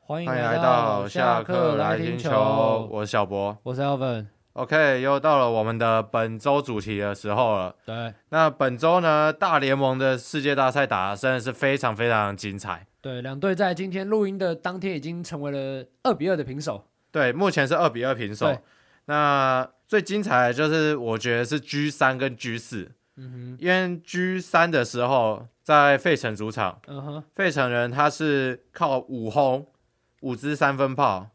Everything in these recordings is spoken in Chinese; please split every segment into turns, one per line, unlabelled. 欢迎
欢迎
来
来
到
到
下
下
课
课
来
来
听
听
球
球，我是小博。
我是 Alvin，
OK，又到了我们的本周主题的时候了。
对
那本周呢，大联盟的世界大赛打得真的是非常非常精彩。
对，两队在今天录音的当天已经成为了二比二的平手，
对，目前是二比二平手
对。
那最精彩的就是我觉得是 G 三跟 G 四，
嗯
因为 G 三的时候在费城主场，
哼，嗯哼，
费城人他是靠五轰五支三分炮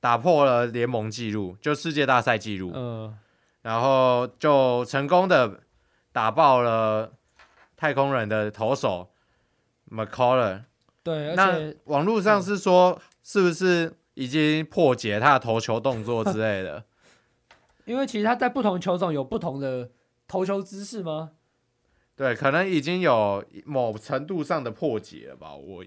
打破了联盟纪录，就世界大赛纪录。
呃，
然后就成功的打爆了太空人的投手 McCollar。
对，而
那
且
网络上是说，是不是已经破解他的投球动作之类的？
因为其实他在不同球种有不同的投球姿势吗？
对，可能已经有某程度上的破解了吧，我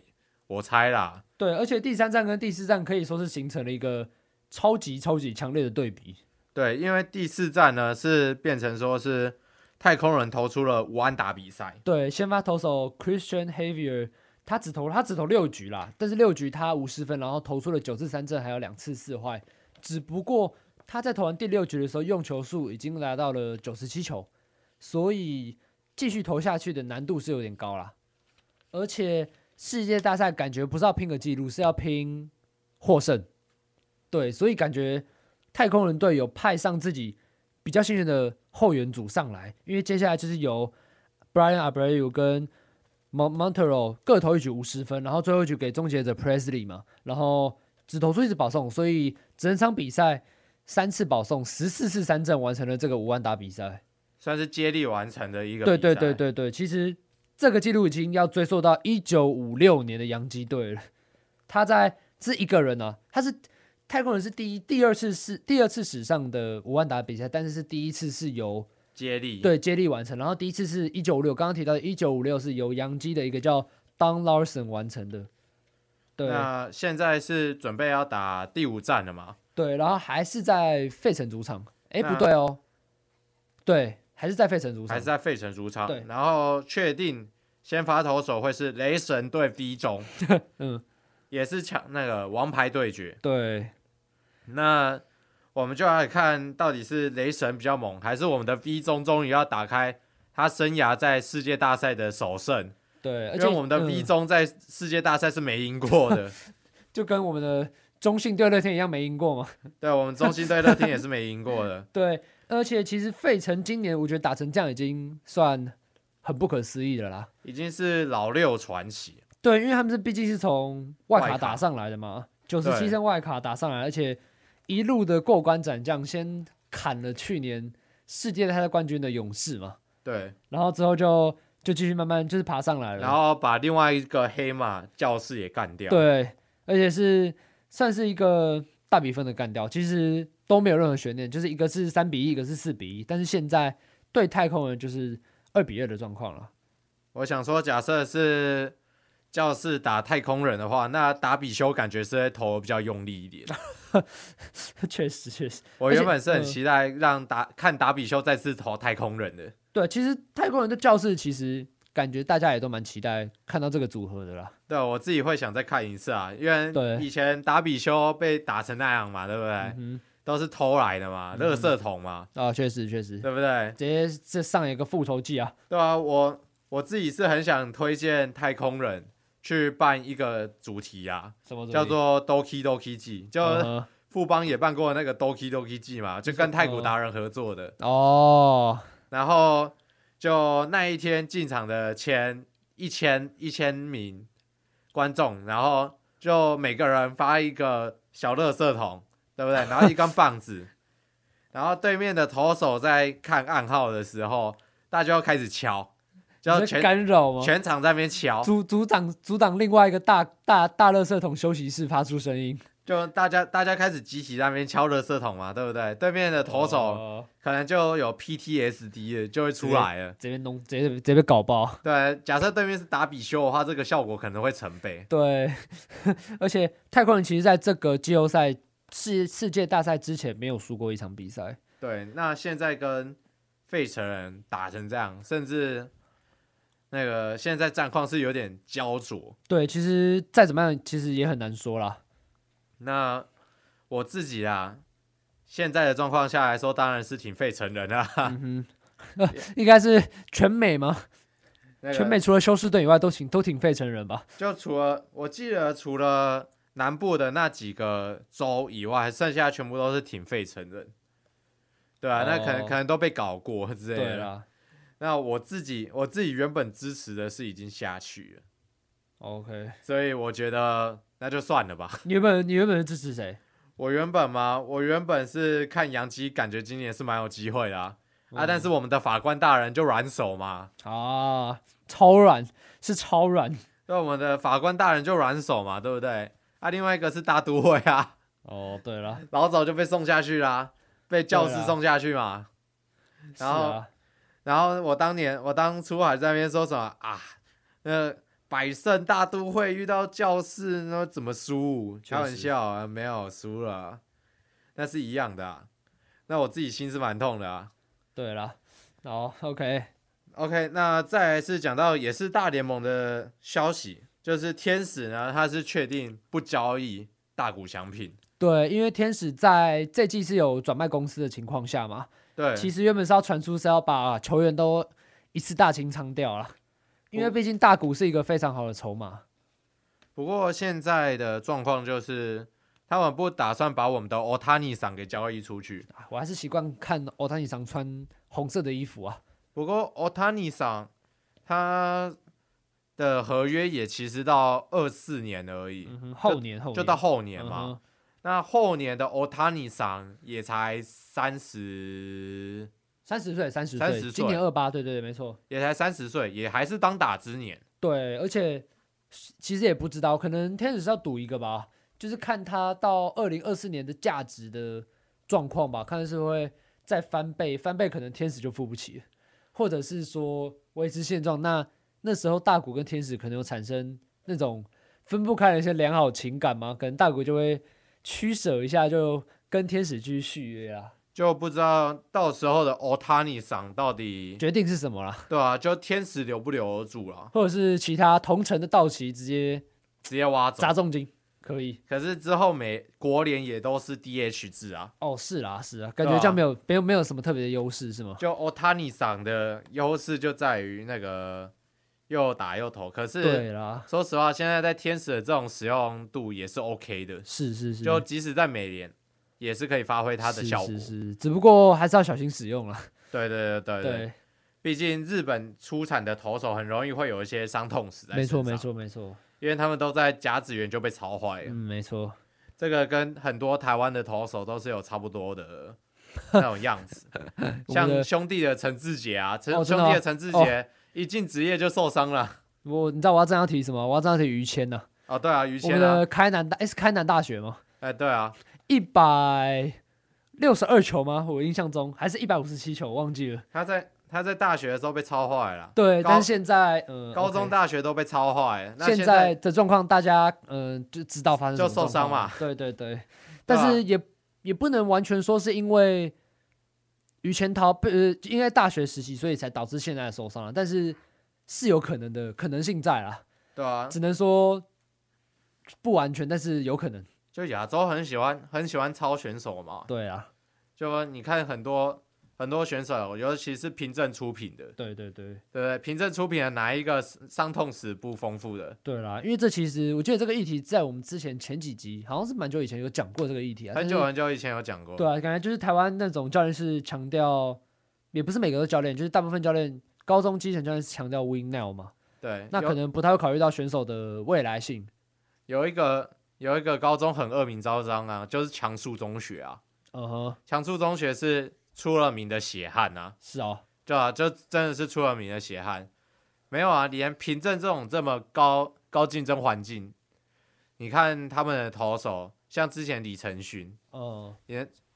我猜啦。
对，而且第三站跟第四站可以说是形成了一个超级超级强烈的对比，
对，因为第四站呢是变成说是太空人投出了五安打比赛，
对，先发投手 Christian Javier，他只投他只投六局啦，但是六局他无失分，然后投出了九次三振，还有两次四坏。只不过他在投完第六局的时候，用球数已经来到了九十七球，所以继续投下去的难度是有点高啦。而且世界大赛感觉不是要拼个记录，是要拼获胜。对，所以感觉太空人队有派上自己比较幸运的后援组上来，因为接下来就是由 Brian Abreu 跟 Mon Montero 各投一局五十分，然后最后一局给终结者 Presley 嘛，然后只投出一次保送，所以整场比赛三次保送，十四次三振，完成了这个五万打比赛。
算是接力完成的一个
对
比
对
赛
对对对，其实这个记录已经要追溯到一九五六年的洋基队了。他在是一个人啊，他是太空人是第一第二次是第二次史上的五万打比赛，但是是第一次是由
接力
对接力完成。然后第一次是一九五六，刚刚提到的一九五六是由杨基的一个叫 Don Larson 完成的。对
那现在是准备要打第五站了嘛？
对，然后还是在费城主场。哎，
那
不对哦，对，还是在费城主
还
场
是。在费城主场
对？
然后确定先发投手会是雷神对 V 中，
嗯，
也是抢那个王牌对决。
对，
那我们就来看到底是雷神比较猛，还是我们的 V 中终于要打开他生涯在世界大赛的首胜？
对，而
因
且
为我们的
嗯
V 中在世界大赛是没赢过 的，
就跟我们的中信对乐天一样没赢过嘛。
对我们中心队乐天也是没赢过的。
对，而且其实费城今年我觉得打成这样已经算很不可思议了啦。
已经是老六传奇，
对，因为他们是毕竟是从外
外
卡
卡
打上来的嘛，九十
对
七胜外卡打上来，而且一路的过关斩将，先砍了去年世界大赛冠军的勇士嘛，
对，
然后之后就就继续慢慢就是爬上来了，
然后把另外一个黑马教士也干掉。
对，而且是算是一个大比分的干掉，其实都没有任何悬念，就是一个是三比一，一个是四比一，但是现在对太空人就是二比二的状况了。
我想说，假设是教室打太空人的话，那达比修感觉是会投得比较用力 一点。
确实，确实，
我原本是
嗯
很期待让达看达比修再次投太空人的，
对，其实太空人的教室其实感觉大家也都蛮期待看到这个组合的啦。
对我自己会想再看一次啊，因
对
为以前达比修被打成那样嘛，对不对？
嗯
都是偷来的嘛，垃圾桶嘛，
哼，啊，确实确实，
对不对？
直接这上一个复仇记啊，
对啊，我我自己是很想推荐太空人去办一个主题啊，
什么
叫做 Doki Doki 季，就
嗯哼
富邦也办过那个 Doki Doki 季嘛，就跟太古达人合作
嗯
的。
哦，
然后就那一天进场的前一千一千名观众，然后就每个人发一个小垃圾桶，对不对？然后一根 棒子，然后对面的投手在看暗号的时候，大家要开始敲，就要
你在
全
干哦扰吗？
全场在那边敲，
阻阻挡阻挡另外一个大大大垃圾桶休息室发出声音，
就大家大家开始集体在那边敲垃圾桶嘛，对不对？对面的投手
哦
可能就有 PTSD 了，就会出来了。
直接弄直接直接被搞爆，
对，假设对面是打比修的话，这个效果可能会成倍。
对， 而且太空人其实在这个季后赛世世界大赛之前没有输过一场比赛，
对，那现在跟费城人打成这样，甚至那个现在战况是有点焦灼。
对，其实再怎么样其实也很难说啦，
那我自己啊，现在的状况下来说，当然是挺费成人啊。
嗯哼，应该是全美吗？
那个
全美除了休斯顿以外，都挺都挺费城人吧？
就除了我记得除了南部的那几个州以外，剩下全部都是挺费城人。对啊，那可能
哦
可能都被搞过之类
对啊
的。
啦
那我自己我自己原本支持的是已经下去了，
，OK。
所以我觉得那就算了吧。
你原本你原本是支持谁？
我原本嘛，我原本是看杨基，感觉今年是蛮有机会的啊,、啊！
嗯
但是我们的法官大人就软手嘛，
啊，超软是超软
对，我们的法官大人就软手嘛，对不对？啊，另外一个是大都会啊，
哦。对 了，
老早就被送下去啦、被教师
对啊
送下去嘛。
是
然后
啊，
然后我当年，我当初还在那边说什么啊，那百胜大都会遇到教室，那怎么输？
确实
开玩笑啊，没有输了，啊那是一样的、啊。那我自己心是蛮痛的啊。
对了，好，OK，
OK，那再来是讲到也是大联盟的消息，就是天使呢，他是确定不交易大谷翔平。
对，因为天使在这季是有转卖公司的情况下嘛，
对，
其实原本是要传出是要把球员都一次大清仓掉
哦
了，因为
我
毕竟大股是一个非常好的筹码。
不过现在的状况就是，他们不打算把我们的 Otani 赏给交易出去。
啊我还是习惯看欧丹尼常穿红色的衣服啊。
不过 Otani 赏他的合约也其实到二四年而已，
嗯哼，后年后年
就到后年
嗯
嘛。
哼
那后年的 Otani 赏也才三十，
三十岁，三十
30岁
岁，今年二八，对对对，没错，
也才三十岁，也还是当打之年。
对，而且其实也不知道，可能天使是要赌一个吧，就是看他到二零二四年的价值的状况吧，看是会再翻倍，翻倍可能天使就付不起，或者是说维持现状，那那时候大股跟天使可能有产生那种分不开的一些良好情感嘛，可能大股就会取舍一下，就跟天使继续续约啊，
就不知道到时候的 Otani 赏到底
决定是什么啦。
对啊，就天使留不留得住了，
或者是其他同城的道奇直接
直接挖走。
砸重金，可以。
可是之后美国联也都是 DH 制啊，
哦，是啦，是啦，感
对
觉
啊
这样没有、没有没有什么特别的优势是吗？
就 Otani 赏的优势就在于那个又打又投。可是
对啊啦，
说实话，现在在天使的这种使用度也是 OK 的，
是是是，
就即使在美联也是可以发挥它的效果。
是是是，只不过还是要小心使用啦。
对对对对对，
对，
毕竟日本出产的投手很容易会有一些伤痛死在
没错
身上
没，错没错，
因为他们都在甲子园就被超坏了。
嗯，没错，
这个跟很多台湾的投手都是有差不多的那种样子，
我们
像
的
兄弟的陈志杰啊，陈、
哦真的
兄
吗
弟的陈志杰、一进职业就受伤 了。
我你知道我要正要提什么？我要正要提于谦呢、
哦，对啊，于
我们
谦啊，
的开南大，诶是开南大学吗？
哎、对啊，
一百六十二球吗？我印象中还是一百五十七球，忘记了。
他在他在大学的时候被超坏了，
对，
高
但现在嗯，
高中
OK
大学都被超坏了，那
现在
在
的状况，大家嗯、呃就知道发生什么
就受伤嘛啊
状况了。对对对，但是也、也不能完全说是因为于谦涛被呃，因为大学时期，所以才导致现在的受伤了。但是是有可能的可能性在啦，
对啊，
只能说不完全，但是有可能。
就亚洲很喜欢很喜欢超选手嘛，
对啊，
就你看很多很多选手，尤其是凭证出品的，
对对对
对不对？凭证出品的哪一个伤痛史不丰富的？
对啦，因为这其实我记得这个议题在我们之前前几集好像是蛮久以前有讲过这个议题啊，
很
但
久
是
很久以前有讲过，
对啊，感觉就是台湾那种教练是强调，也不是每个都教练，就是大部分教练，高中基层教练是强调 win now 嘛，
对，
那
有
可能不太会考虑到选手的未来性。
有一个有一个高中很恶名昭彰啊，就是强树中学啊。
嗯哼，
强树中学是出了名的血汗啊，
是哦，
对啊，就真的是出了名的血汗。没有啊，连凭证这种这么高高竞争环境，你看他们的投手，像之前李承勋
嗯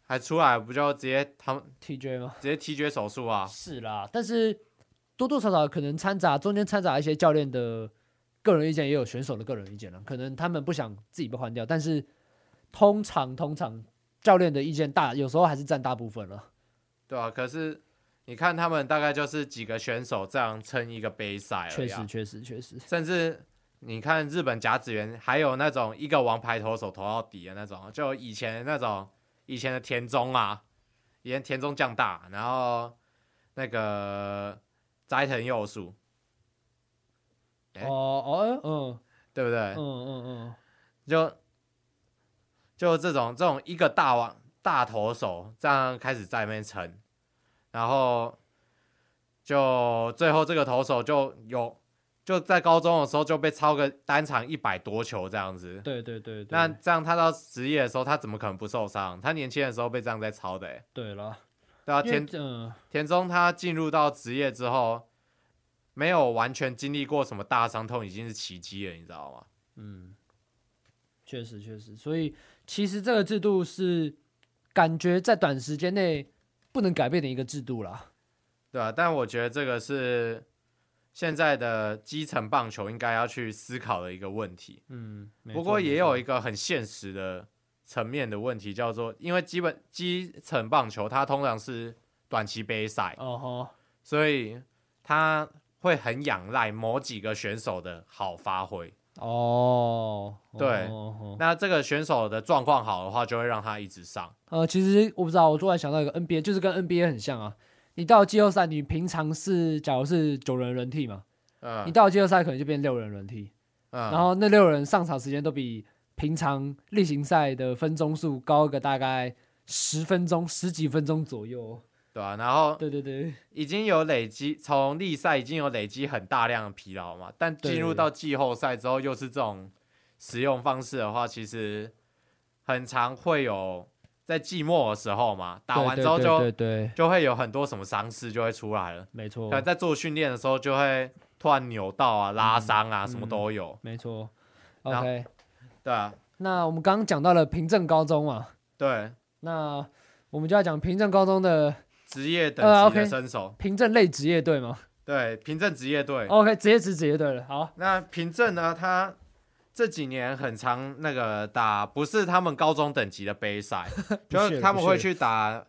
还出来不就直接他们
，TJ 吗？
直接踢绝手术啊？
是啦，但是多多少少可能掺杂中间掺杂一些教练的个人意见，也有选手的个人意见了，可能他们不想自己被换掉，但是通常通常教练的意见大，有时候还是占大部分了。
对啊，可是你看他们大概就是几个选手这样撑一个杯赛而
确
已、啊
实，，确实，确实，
甚至你看日本甲子园还有那种一个王牌投手投到底的那种，就以前那种以前的田中啊，以前田中将大，然后那个斋藤佑树，哎
哦哦，嗯
对不对？
嗯嗯嗯
就就这种这种一个大王大投手这样开始在那边撑，然后就最后这个投手就有就在高中的时候就被超个单场一百多球这样子
嗯，。对对对对，
那这样他到职业的时候，他怎么可能不受伤？他年轻的时候被这样在操的、欸，
对了，
对啊，
因为
田
嗯
田中他进入到职业之后，没有完全经历过什么大伤痛，已经是奇迹了，你知道吗？
嗯，确实确实，所以其实这个制度是感觉在短时间内不能改变的一个制度啦。
对啊，但我觉得这个是现在的基层棒球应该要去思考的一个问题。
嗯，没
不
错
过
没
也
错
有一个很现实的层面的问题，叫做因为基本基层棒球它通常是短期杯赛，
哦吼，
所以它会很仰赖某几个选手的好发挥。
哦，
对
哦吼
那这个选手的状况好的话，就会让他一直上。
呃，其实我不知道，我突然想到一个 NBA，就是跟 NBA 很像啊。你到了季后赛，你平常是假如是九人轮替嘛，你
嗯
到了季后赛可能就变六人轮替，
嗯，
然后那六人上场时间都比平常例行赛的分钟数高个大概十分钟、十几分钟左右。
对啊，然后
对对对，
已经有累积，从例赛已经有累积很大量的疲劳嘛，但进入
对
到季后赛之后，又是这种使用方式的话，其实很常会有在季末的时候嘛，打完之后
对
就
对对对，
就会有很多什么伤势就会出来了，
没错
可，能在做训练的时候就会突然扭到啊、拉伤啊，
嗯
什么都有，
没错。
然后
OK，
对啊，
那我们刚刚讲到了平镇高中嘛，
对，
那我们就要讲平镇高中的
职业等
呃
级的
，OK
身手，
平镇类职业队嘛。
对，凭证职业队，
OK，职业职职业队了，好。
那平正呢，他这几年很常那个打，不是他们高中等级的杯赛， 就是他们会去打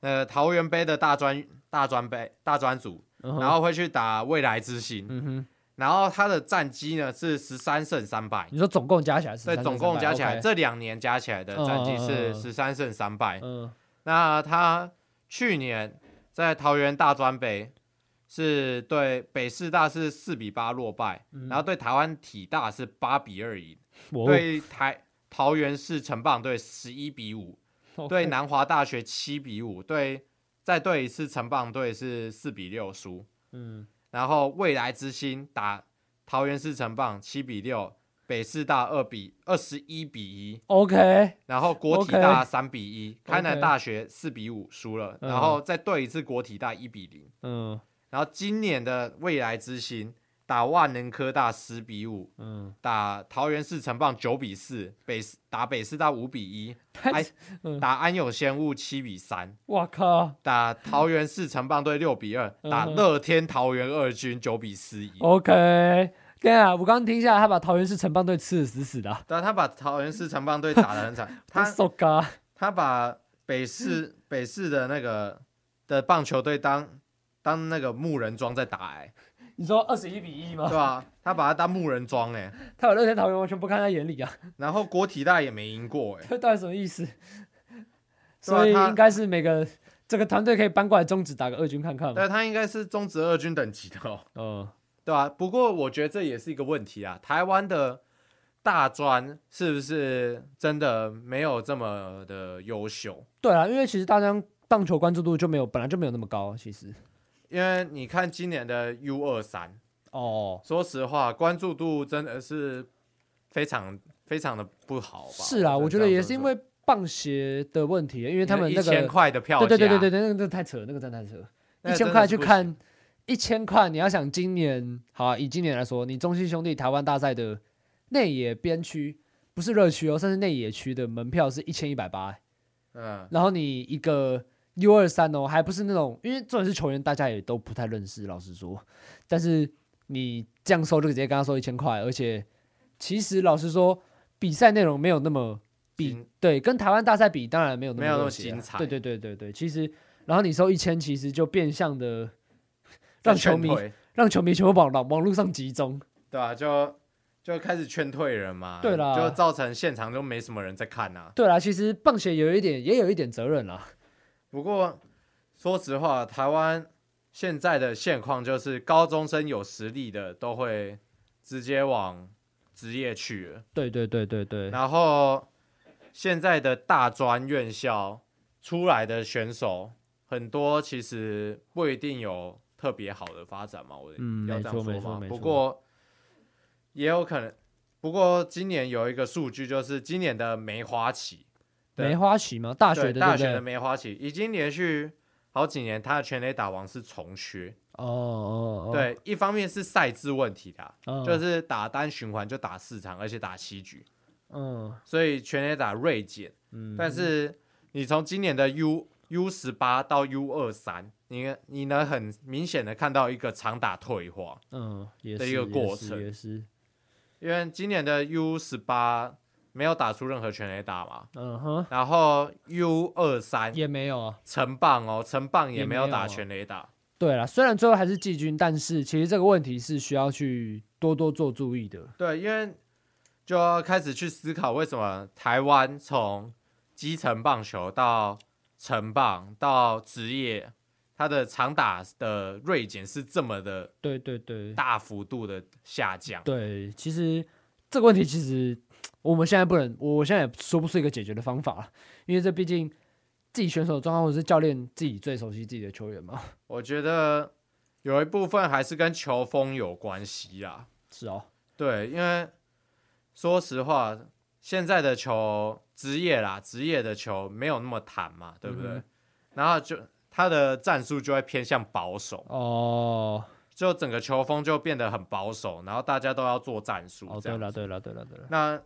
呃桃园杯的大专大专杯大专组，
嗯
然
哼，
后会去打未来之星，
嗯哼，
然后他的战绩呢是十三胜三败，
你说总共加起来是？
所以总共加起来
OK
这两年加起来的战绩
嗯嗯嗯
是
嗯
十三胜三败。
嗯，
那他去年在桃园大专杯是对北师大是四比八落败，
嗯哦
然后对台湾体大是八比二赢，
我
对台桃园市城棒队十一比五，对，南华大学七比五，对再对一次城棒队是四比六输，
嗯，
然后未来之星打桃园市城棒七比六，北师大二比二十一比一，
OK，
然后国体
OK
大三比一，开南
OK
大学四比五输了，
嗯
然后再对一次国体大一比零，
嗯
然后今年的未来之星打万能科大十比五，
嗯，
打桃园市城棒九比四，北市打北师大五 比一，
太
哎，
嗯
打安永仙雾七比三，
我靠
打桃园市城棒队六比二，
嗯哼哦
打乐天桃园二军九比四一。
，OK，对啊，我刚刚听下来，他把桃园市城棒队吃的死死的啊，
但他把桃园市城棒队打得 很惨，他
受嘎，
他把北市北市的那个的棒球队当当那个木人桩在打、欸，
你说二十一比一
对啊
吗？
吧、他把他当木人桩哎、
他有乐天桃园完全不看在眼里啊，
然后国体大也没赢过哎、
这到底什么意思？所以
他
应该是每个这个团队可以搬过来中止打个二军看看嘛。
但他应该是中职二军等级的哦。
嗯，
对啊，不过我觉得这也是一个问题啊。台湾的大专是不是真的没有这么的优秀？
对啊，因为其实大家棒球关注度就没有本来就没有那么高，其实
因为你看今年的 U 二三，
哦，
说实话，关注度真的是非常非常的不好吧？
是啊，我
只
觉
能
得
这
也
样
是因
说
为棒协的问题，因为他们
一
那个
千块的票价，
对对对对对对，那个真的太扯了，那个真的太扯了，
那
一
个
千
真的
块
是
去
不
看，一千块你要想今年好啊、以今年来说，你中信兄弟台湾大赛的内野边区不是热区哦，甚至内野区的门票是一千一百八，
嗯，
然后你一个 U 二三哦，还不是那种，因为重点是球员大家也都不太认识，老实说，但是你这样收就直接跟他收一千块，而且其实老实说，比赛内容没有那么比
精
对跟台湾大赛比，当然没有那么
没有那么
热血啊
精彩
对对对对对，其实然后你收一千，其实就变相 的让
在劝
球迷
退啊
让球迷全部往往网络上集中，
对吧、就就开始劝退人嘛，
对啦
就造成现场就没什么人在看啊。
对啦，其实棒协有一点也有一点责任啦，
不过说实话，台湾现在的现况就是高中生有实力的都会直接往职业去了，
对对对对对，
然后现在的大专院校出来的选手很多，其实不一定有特别好的发展嘛，我
嗯
要这样
没错
说
没错
嘛。
没
不
错
过也有可能，不过今年有一个数据就是今年的梅花旗。对
梅花旗嘛，大学
对
啊的对
大
不
学的
对？
梅花旗已经连续好几年，他的全垒打王是重缺。
哦哦哦，
对，一方面是赛制问题啦，
嗯，
就是打单循环就打四场，而且打七局，
嗯
所以全垒打锐减。
嗯，
但是你从今年的 U U 十八到 U 二三，你你能很明显的看到一个长打退化，
嗯也
的
是
一个
也
过
是
程
也是，
因为今年的 U 十八没有打出任何全垒打嘛，
嗯哼，
然后 U 二三
也没有啊。
成棒哦，成棒也
也没
没有
有啊
打全垒打。
对啦，虽然最后还是季军，但是其实这个问题是需要去多多做注意的。
对，因为就要开始去思考为什么台湾从基层棒球到城棒到职业，它的长打的锐减是这么的
对对对
大幅度的下降。
对，其实这个问题其实我们现在不能，我现在也说不出一个解决的方法啦，因为这毕竟自己选手的状况或者是教练自己最熟悉自己的球员嘛。
我觉得有一部分还是跟球风有关系啦。
是哦，
对，因为说实话，现在的球职业啦，职业的球没有那么弹嘛，对不对？
嗯哼
然后就他的战术就会偏向保守。
哦，
就整个球风就变得很保守，然后大家都要做战术
哦，
这
对
样。
了，对了，对了，对了，
那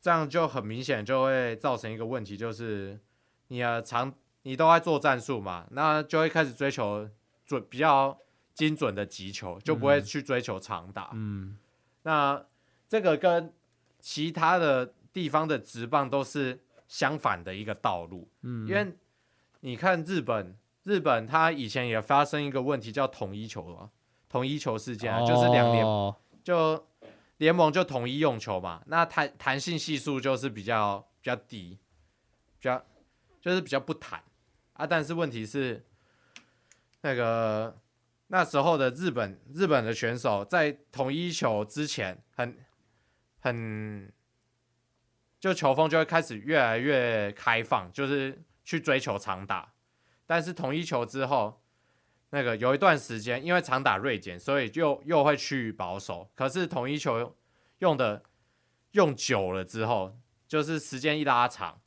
这样就很明显就会造成一个问题，就是你的长你都在做战术嘛，那就会开始追求准比较精准的击球，就不会去追求长打。
嗯，
那这个跟其他的地方的直棒都是相反的一个道路，
嗯
因为你看日本，日本它以前也发生一个问题叫统一球啊，统一球事件啊，就是两联
哦
就联盟就统一用球嘛，那弹弹性系数就是比较比较低，比较就是比较不弹啊。但是问题是，那个那时候的日本日本的选手在统一球之前很很就球风就会开始越来越开放，就是去追求长打。但是统一球之后，那个有一段时间，因为长打锐减，所以又又会去保守。可是统一球用的用久了之后，就是时间一拉长，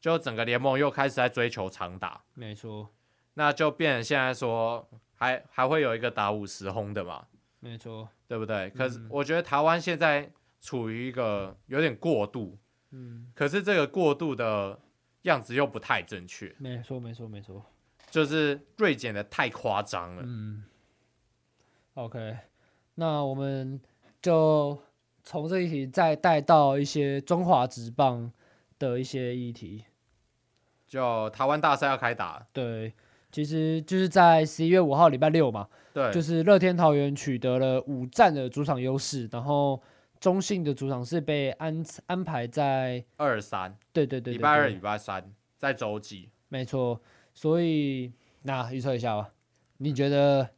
就整个联盟又开始在追求长打，
没错，
那就变成现在说还还会有一个打五十轰的嘛，
没错，
对不对？可
嗯
是我觉得台湾现在处于一个有点过度，
嗯，
可是这个过度的样子又不太正确，
没错，没错，没错，
就是锐减的太夸张了。
嗯，OK，那我们就从这一题再带到一些中华职棒的一些议题。
就台湾大赛要开打了，
对，其实就是在十一月五号礼拜六嘛，
对，
就是乐天桃园取得了五战的主场优势，然后中信的主场是被安安排在
二三。
对对对
礼
对
拜二、
对
礼拜三在周几？
没错，所以那预测一下吧，你觉得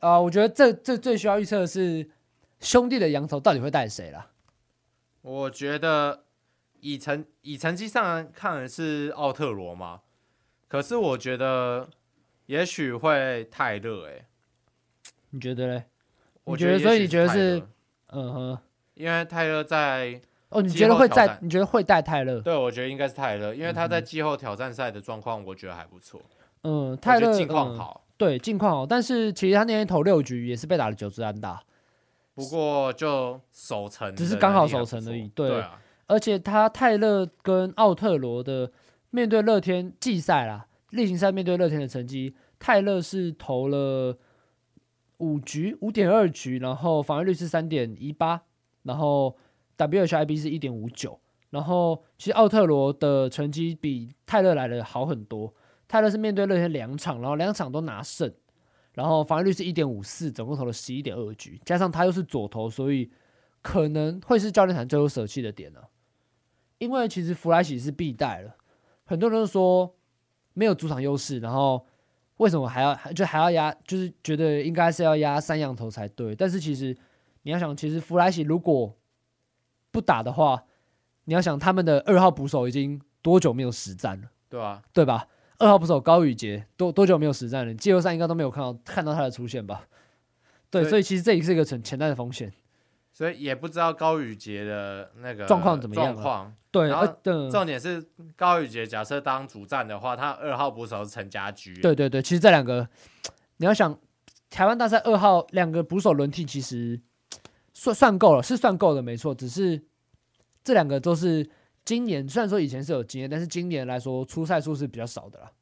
啊、我觉得这这最需要预测的是兄弟的羊头到底会带谁啦？
我觉得以成以成绩上看是奥特罗嘛，可是我觉得也许会泰勒哎、
你觉得嘞？
我
你觉得所以
也许
你觉得
泰勒
是？嗯哼，
因为泰勒在，
哦，你
季
觉得
后
会
挑
带
战？
你觉得会带泰勒？
对我觉得应该是泰勒，因为他在季后挑战赛的状况，我觉得还不错，
嗯，泰
我觉
勒
得近况
嗯
好。
对，近况好，但是其实他那天投六局也是被打了九支安打，
不过就守城的能力还不错，
只是刚好守城而已对
对啊，
而且他泰勒跟奥特罗的面对乐天季赛啦，例行赛面对乐天的成绩，泰勒是投了五局五点二局，然后防御率是三点一八，然后 WHIB 是一点五九，然后其实奥特罗的成绩比泰勒来的好很多，泰勒是面对乐天两场，然后两场都拿胜。然后防御率是一点五四，总共投了十一点二局，加上他又是左投，所以可能会是教练团最后舍弃的点呢、啊因为其实弗莱喜是必带了，很多人都说没有主场优势，然后为什么还要就还要压，就是觉得应该是要压三羊头才对。但是其实你要想，其实弗莱喜如果不打的话，你要想他们的二号捕手已经多久没有实战了，
对吧、啊？
对吧？二号捕手高宇杰多多久没有实战了？季后赛应该都没有看到看到他的出现吧？对，
对
所以其实这也是一个潜潜在的风险。
所以也不知道高宇杰的那个
状况怎么样啊
状况，
对，
然后
呃嗯
重点是高宇杰假设当主战的话，他二号捕手是陈家驹，
对对对，其实这两个，你要想台湾大赛二号两个捕手轮替，其实算算够了，是算够的，没错。只是这两个都是今年，虽然说以前是有经验，但是今年来说出赛数是比较少的啦。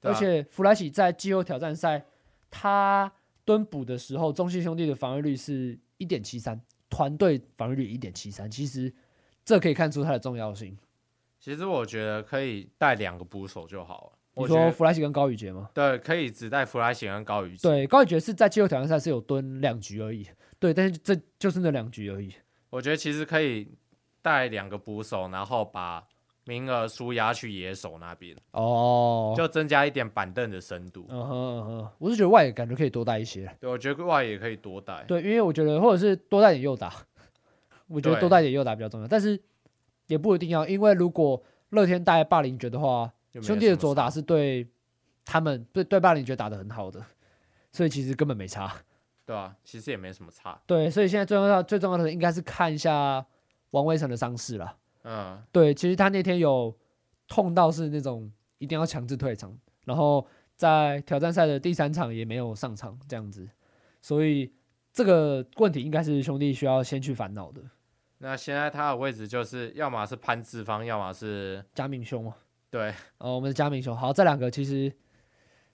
对
而
啊
且弗莱喜在季后挑战赛，他蹲捕的时候，中信兄弟的防御率是一点七三，团队防御率一点七三，其实这可以看出它的重要性。
其实我觉得可以带两个捕手就好了。
你
我觉得
说弗莱喜跟高宇杰吗？
对，可以只带弗莱喜跟高宇杰。
对，高宇爵是在季后挑战赛是有蹲两局而已，对，但是这就是那两局而已。
我觉得其实可以带两个捕手，然后把名额输压去野手那边，
哦，
就增加一点板凳的深度。
嗯哼嗯哼，我是觉得外野感觉可以多带一些，
对，我觉得外也可以多带。
对，因为我觉得或者是多带点右打，我觉得
对
多带点右打比较重要，但是也不一定要，因为如果乐天带霸凌爵的话，
就没有
兄弟的
什么
左打
伤
是对他们对对霸凌爵打的很好的，所以其实根本没差。
对啊，其实也没什么差。
对，所以现在最重要最重要的应该是看一下王威成的伤势了。
嗯，
对，其实他那天有痛到是那种一定要强制退场，然后在挑战赛的第三场也没有上场这样子，所以这个问题应该是兄弟需要先去烦恼的。
那现在他的位置就是要么是潘志芳，要么是
嘉明兄嘛，
对
呃，我们的嘉明兄，好，这两个其实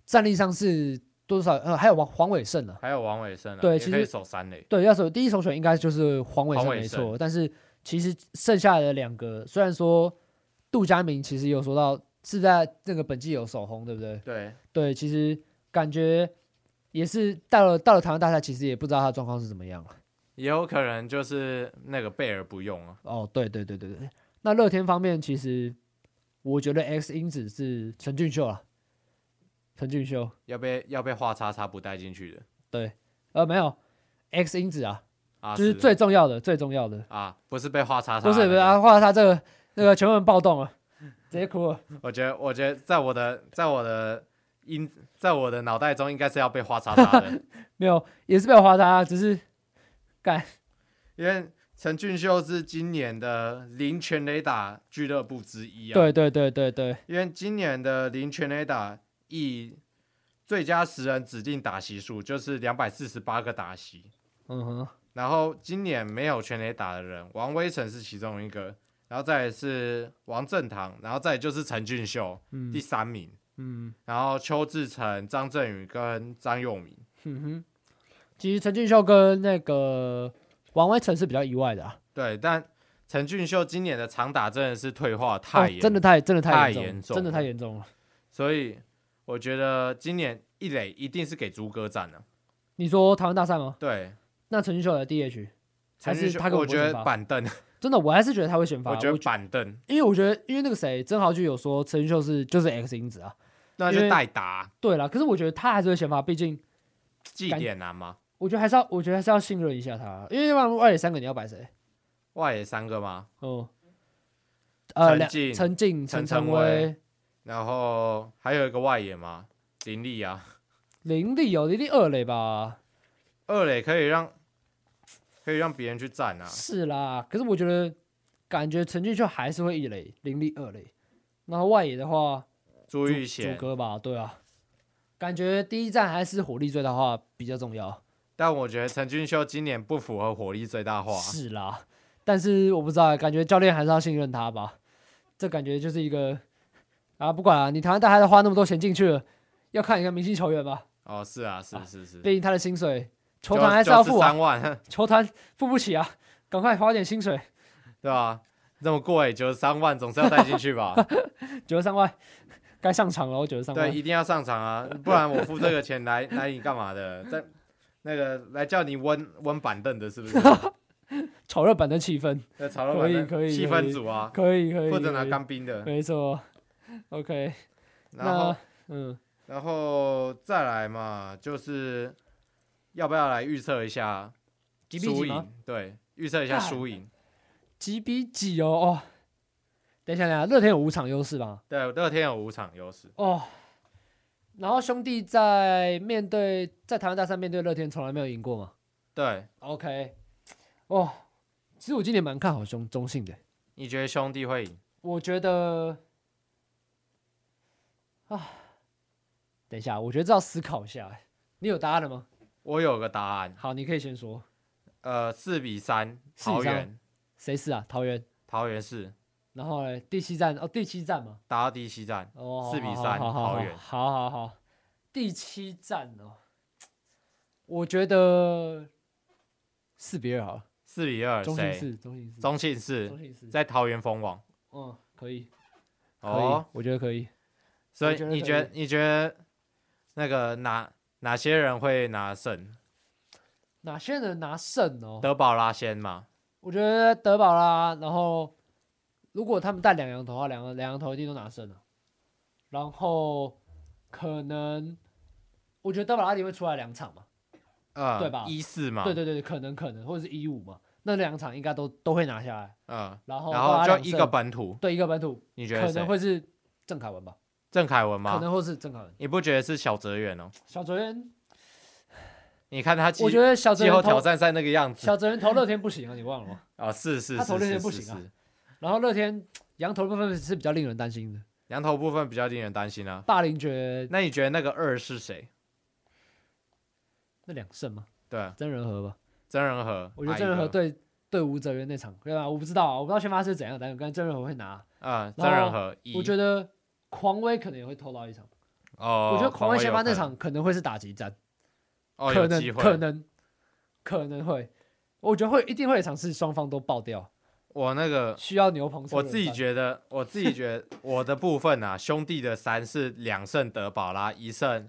战力上是多少？呃，还有王黄伟胜啊，
还有王伟胜、啊，
对
也
其
可以
实
守三垒。
对，要首第一首选应该就是黄伟
黄
胜
伟
没
胜
错，但是其实剩下的两个，虽然说杜佳明其实有说到是在那个本季有首红，对不对？
对，
对，其实感觉也是到了到了台湾大赛，其实也不知道他的状况是怎么样了。
也有可能就是那个贝尔不用啊。
哦，对对对对对。那乐天方面，其实我觉得 X 因子是陈俊秀啊，陈俊秀，
要被要被画叉叉不带进去的
呃，没有 X 因子啊，
啊，
就是最重要的最重要的，
啊，不是被画叉叉，
不是不是，啊，画他这个那个全部人暴动了，直接哭了。
我觉得我觉得在我的在我的音在我的脑袋中应该是要被画叉叉 的，
没有，也是被我划他，啊只是
因为陈俊秀是今年的零全垒打俱乐部之一啊。，
对对对对对
因为今年的零全垒打以最佳十人指定打席数就是两百四十八个打席，
嗯哼，
然后今年没有全垒打的人，王威成是其中一个，然后再来是王振堂，然后再来就是陈俊秀、第
嗯
三名，
嗯
然后邱志成、张振宇跟张佑明。
哼哼。其实陈俊秀跟那个王威成是比较意外的啊。
对，但陈俊秀今年的长打真的是退化太严、
哦，真的，太真的
太
太
严
严
重
真的
了
太严重了。
所以我觉得今年一垒一定是给猪哥站了、
你说台湾大赛吗？
对，
那陈俊秀的 DH 还
陈俊
是
秀
他跟
我觉
选
得
发？
板凳，
真的，我还是觉得他会选发。
我觉得
我
板凳
因为我觉得因为那个谁曾豪俊有说陈俊秀是就是 X 因子啊。
那
因
就
为
代打
对啦，可是我觉得他还是会选发，毕竟
祭啊点难吗？
我觉得还是要我觉得还是要信任一下他，啊因为要不然二垒三个你要摆谁？
外野三个吗？
哦、呃，
陈
两
进
陈进、陈
陈
晨
晨
威、
然后还有一个外野吗？林立啊，
林立有林立二垒吧？
二垒可以让可以让别人去站啊。
是啦，可是我觉得感觉陈俊秀还是会一垒，林立二垒，然后外野的话。
朱玉
主
贤，
歌吧，对啊，感觉第一站还是火力最大化比较重要。
但我觉得陈俊秀今年不符合火力最大化。
是啦，但是我不知道，感觉教练还是要信任他吧。这感觉就是一个啊，不管啊，你台湾大还要花那么多钱进去了，要看一个明星球员吧，
哦，是啊，是
啊
是是，
毕竟他的薪水，球
九
团还是要付啊，
三万，
球团付不起啊，赶快花点薪水，
对吧、这么贵，九十三万总是要带进去吧？
九 十三万，该上场了，我九十三
对，
万。
一定要上场啊，不然我付这个钱来 来你干嘛的？在那个来叫你温温板凳的，是不是？
炒热板的气氛，
那炒肉
可
板
以
的
可以
气
可
氛
以
组啊，
可以可以，
负责拿
可以
干冰的。
没错，OK，
然后
那嗯，
然后再来嘛，就是要不要来预测一下
几比
输
几吗
赢？对，预测一下
干
输赢。
几比几哦哦，等一下等一下，乐天有五场优势吧？
对，乐天有五场优势，
哦，然后兄弟在面对在台湾大赛面对乐天从来没有赢过嘛
对，
？OK，哦，其实我今年蛮看好中中信的，
你觉得兄弟会赢？
我觉得啊，等一下，我觉得这要思考一下欸，你有答案了吗？
我有个答案，
好，你可以先说，
呃，四比三，
4比
桃
3
园，
谁是啊？桃园，
桃园市
然后嘞，第七站哦，第七站嘛，
打到第七站，
哦，
4比
好
3
好好
桃
好
园
好好好，第七站哦，我觉得四比二好了，
四比二，
中信
呃谁？
四，中信四，
中信市
中信四，
在桃园封王
嗯，可以，可以
哦，，
我觉得可以，
所
我
以
觉得
你
可
觉
以
得你觉得那个哪哪些人会拿胜？
哪些人拿胜哦？
德保拉先嘛，
我觉得德保拉，然后如果他们带两羊头的话，两个两羊头一定都拿胜了。然后可能，我觉得德保拉一定会出来两场嘛，
呃，
对吧
一四嘛，
对对对，可能可能或者是一五嘛，那两场应该都都会拿下来。
嗯，
然后
然
德保
后
拉
就
两
一个
胜
本土，
对一个本土，
你觉得
可
谁
能？会是郑凯文吧，
郑凯文
可
吗？
能会是郑凯文。
你不觉得是小泽远哦？
小泽元，
你看他季
我觉得小泽
季后
元
挑
投
战赛那个样子
小泽元投乐天不行啊，你忘了吗？
啊，是是
他
是
投那些
是
不
是
行啊
是，
然后乐天羊头的部分是比较令人担心的，
羊头部分比较令人担心啊。
霸凌觉
那你觉得那个二是谁？
那两胜吗？
对，
真人和吧。
曾仁和，
我觉得
阿
郑
一
仁和
哥，
对对吴哲源那场，对吧？我不知道啊，我不知道先发是怎样，但我跟郑仁和会拿。
嗯，
然
曾仁
后
和一，
我觉得狂威可能也会偷到一场，
哦，
我觉得狂威
有
先发那
可能
场可能会是打击战，
哦，
可
有机
能
会，
可能可能会，我觉得会一定会有一场是双方都爆掉，
我 那个
需要牛棚车
我
轮战。
自己觉得，我自己觉得我的部分啊，兄弟的三是两胜德保拉，一胜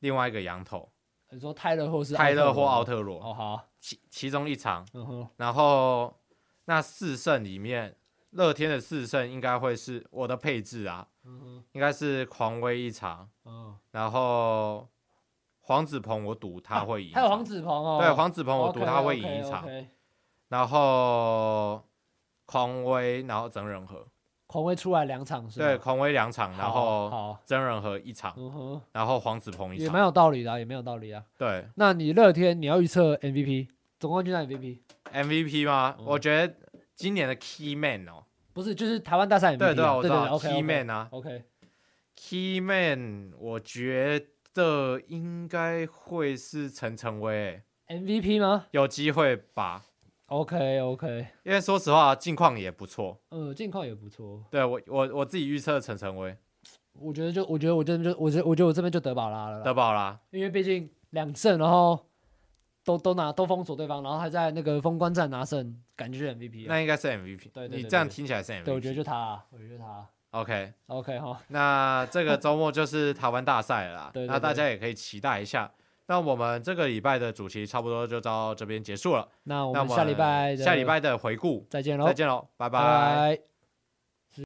另外一个羊头
你说泰勒或是
泰勒或奥
特
特罗，
哦好，
其其中一场，
嗯哼，
然后那四胜里面，乐天的四胜应该会是我的配置啊，
嗯哼，
应该是狂威一场，
嗯，
然后黄子鹏我赌他会赢一场，
啊还有黄子鹏哦，
对黄子鹏我
我
赌他会赢一场，然后狂威，然后曾仁和，
狂威出来两场是吧啊
对，狂威两场，然
好啊
后
好，
曾仁和一场。
嗯哼，
然后黄子鹏一
也
场，
蛮有道理的啊，也蛮有道理啊。
对
那你乐天你要预测 MVP 总冠军赛 MVP
MVP 吗？
嗯
我觉得今年的 Key Man 哦，
不是就是台湾大赛 MVP？
对
啊
我知
对
道
OK
Key Man 啊
OK
，Key Man，我觉得应该会是陈晨威欸，
MVP 吗
有机会吧？
？OK OK，
因为说实话，近况也不错。
嗯，近况也不错。
对我我我自己预测陈晨威
我觉得就我觉得我这边就我觉得我觉得我这边就德保拉了啦
得宝啦，
因为毕竟两胜，然后都都拿都封锁对方，然后还在那个封关战拿胜，感觉就是 MVP 啊。
那应该是 MVP
对对。对
你
对
这样听起来是 MVP。
对，我觉得就他啊，我觉得他啊
OK。
OK 哈，
那这个周末就是台湾大赛了啦，
对对
那大
对
家也可以期待一下。那我们这个礼拜的主题差不多就到这边结束了。
那我
那
们下礼拜
下礼
的
拜的回顾，
再见喽
再，见喽，拜
拜拜。